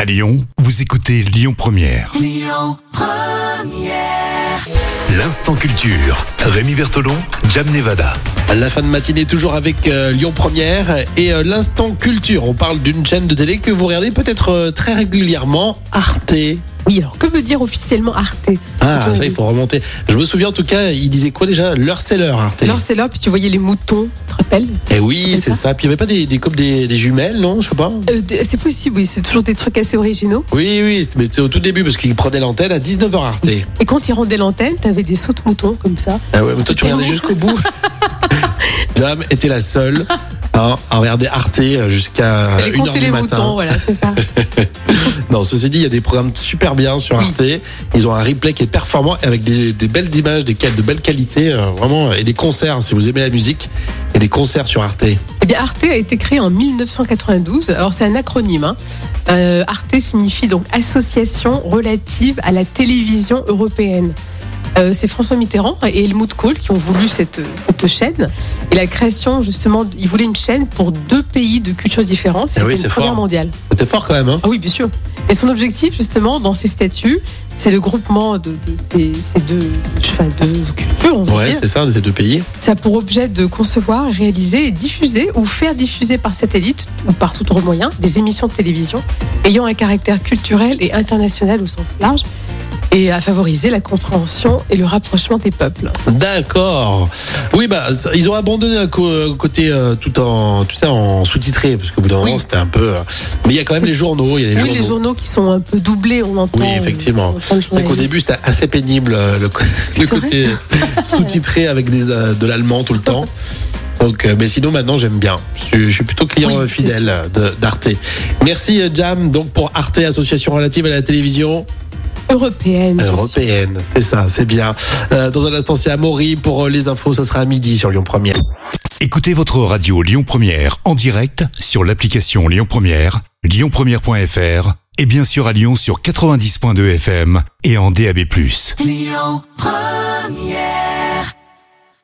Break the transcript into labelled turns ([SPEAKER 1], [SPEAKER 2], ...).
[SPEAKER 1] À Lyon, vous écoutez Lyon Première. L'instant culture. Rémi Bertolon, Jam Nevada.
[SPEAKER 2] La fin de matinée toujours avec euh, Lyon Première et euh, l'instant culture. On parle d'une chaîne de télé que vous regardez peut-être euh, très régulièrement, Arte.
[SPEAKER 3] Oui, alors que veut dire officiellement Arte
[SPEAKER 2] Ah,
[SPEAKER 3] Attendez.
[SPEAKER 2] ça il faut remonter. Je me souviens en tout cas, il disait quoi déjà L'heure c'est l'heure Arte.
[SPEAKER 3] Alors c'est là, puis tu voyais les moutons, tu te rappelles
[SPEAKER 2] Et oui,
[SPEAKER 3] C'est
[SPEAKER 2] c'est
[SPEAKER 3] ça.
[SPEAKER 2] ça. Puis il y avait pas des, des coupes des, des jumelles, non Je sais pas.
[SPEAKER 3] Euh, d- C'est possible, oui, c'est toujours des trucs assez originaux.
[SPEAKER 2] Oui, oui, mais c'était au tout début parce qu'il prenait l'antenne à 19h Arte.
[SPEAKER 3] Et quand ils rendaient l'antenne, t'avais des sauts de moutons comme ça.
[SPEAKER 2] Ah ouais, mais toi tu regardais jusqu'au bout. Jam était la seule hein, à regarder Arte euh, jusqu'à
[SPEAKER 3] T'allais
[SPEAKER 2] 1h
[SPEAKER 3] compter
[SPEAKER 2] du
[SPEAKER 3] les
[SPEAKER 2] matin.
[SPEAKER 3] moutons, voilà, c'est ça.
[SPEAKER 2] Non, ceci dit, il y a des programmes super bien sur
[SPEAKER 3] Oui.
[SPEAKER 2] Arte. Ils ont un replay qui est performant avec des, des belles images, des quêtes de belle qualité, euh, vraiment, et des concerts. Si vous aimez la musique, il y a des concerts sur Arte.
[SPEAKER 3] Eh bien, Arte a été créé en 1992. Alors c'est un acronyme. hein. Euh, Arte signifie donc Association relative à la télévision européenne. Euh, c'est François Mitterrand et Helmut Kohl qui ont voulu cette, cette chaîne. Et la création, justement, ils voulaient une chaîne pour deux pays de cultures différentes.
[SPEAKER 2] Eh
[SPEAKER 3] C'était
[SPEAKER 2] oui, c'est
[SPEAKER 3] une première
[SPEAKER 2] fort.
[SPEAKER 3] mondiale.
[SPEAKER 2] C'était fort quand même, hein
[SPEAKER 3] Ah oui, bien sûr. Et son objectif, justement, dans ces statuts, c'est le groupement de, de ces, ces deux, enfin, deux cultures, on va
[SPEAKER 2] Ouais,
[SPEAKER 3] dire.
[SPEAKER 2] c'est ça, ces deux pays.
[SPEAKER 3] Ça a pour objet de concevoir, réaliser et diffuser ou faire diffuser par satellite ou par tout autre moyen des émissions de télévision ayant un caractère culturel et international au sens large et à favoriser la compréhension et le rapprochement des peuples.
[SPEAKER 2] D'accord. Oui, bah, ça- ils ont abandonné un co- euh, côté euh, tout en, tout ça en sous-titré, parce qu'au bout d'un
[SPEAKER 3] Oui.
[SPEAKER 2] moment, c'était un peu. euh, Mais il y a quand même
[SPEAKER 3] C'est-
[SPEAKER 2] les journaux, il y a les
[SPEAKER 3] oui,
[SPEAKER 2] journaux.
[SPEAKER 3] les journaux qui sont un peu doublés, on entend.
[SPEAKER 2] Oui, effectivement.
[SPEAKER 3] on entend le
[SPEAKER 2] C'est qu'au
[SPEAKER 3] journaliste.
[SPEAKER 2] début, c'était assez pénible, euh, le, co- le
[SPEAKER 3] C'est vrai
[SPEAKER 2] côté euh, sous-titré avec des, euh, de l'allemand tout le temps. Donc, euh, mais sinon, maintenant, j'aime bien. Je, je suis plutôt client
[SPEAKER 3] Oui,
[SPEAKER 2] euh,
[SPEAKER 3] c'est
[SPEAKER 2] fidèle euh, de- d'Arte. Merci, euh, Jam, donc pour Arte, association relative à la télévision
[SPEAKER 3] Européenne. bien sûr.
[SPEAKER 2] européenne. C'est ça, c'est bien. Euh, dans un instant, c'est Amaury pour euh, les infos. Ça sera à midi sur Lyon Première.
[SPEAKER 1] Écoutez votre radio Lyon Première en direct sur l'application Lyon Première, lyonpremière.fr et bien sûr à Lyon sur 90.2 FM et en DAB+.